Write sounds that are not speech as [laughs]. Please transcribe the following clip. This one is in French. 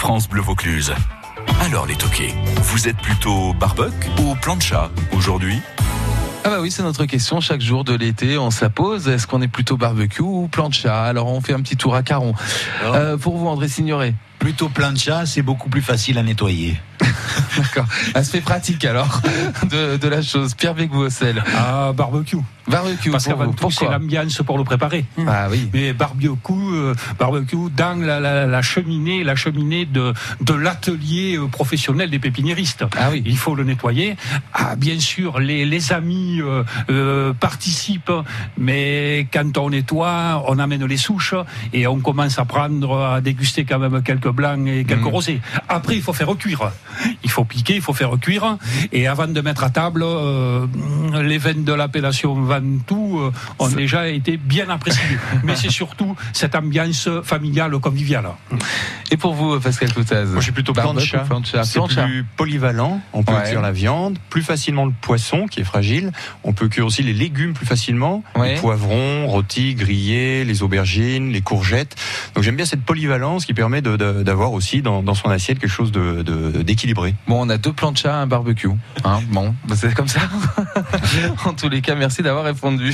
France Bleu Vaucluse. Alors les toqués, vous êtes plutôt barbecue ou plancha aujourd'hui Ah bah oui, c'est notre question. Chaque jour de l'été, on se la pose. Est-ce qu'on est plutôt barbecue ou plancha Alors on fait un petit tour à Caron. Ah. Alors Euh, pour vous, André Signoret. Plutôt plein de chats, c'est beaucoup plus facile à nettoyer. D'accord. Aspect pratique alors [laughs] de, de la chose. Pierre Bégossel. Ah, barbecue. Barbecue. Parce pour qu'avant vous. tout, c'est Pourquoi l'ambiance pour le préparer. Ah oui. Mais barbecue, euh, barbecue dans la, la- la cheminée, la cheminée de, de l'atelier euh, professionnel des pépiniéristes. Ah oui. Il faut le nettoyer. Ah, bien sûr, les, les amis euh, euh, participent, mais quand on nettoie, on amène les souches et on commence à prendre, à déguster quand même quelques blancs et quelques Mhm. rosés. Après, il faut faire cuire. Il faut piquer, il faut faire cuire. Et avant de mettre à table, euh, les veines de l'appellation Ventoux euh, ont déjà été bien appréciées. mais c'est surtout cette ambiance familiale, conviviale. Et pour vous, Pascal Coutaz Moi, je suis plutôt Barbecue plancha. ou plancha. C'est Plancha. plus polyvalent. On peut Ouais. cuire la viande, plus facilement le poisson qui est fragile. On peut cuire aussi les légumes plus facilement. Ouais. Les poivrons, rôtis, grillés, les aubergines, les courgettes. Donc j'aime bien cette polyvalence qui permet de- de- d'avoir aussi dans, dans son assiette quelque chose d'équilibré. De, d'équilibré. Bon, on a deux [laughs] planchas, un barbecue. Hein, bon, bah, c'est comme ça. en tous les cas, merci d'avoir répondu.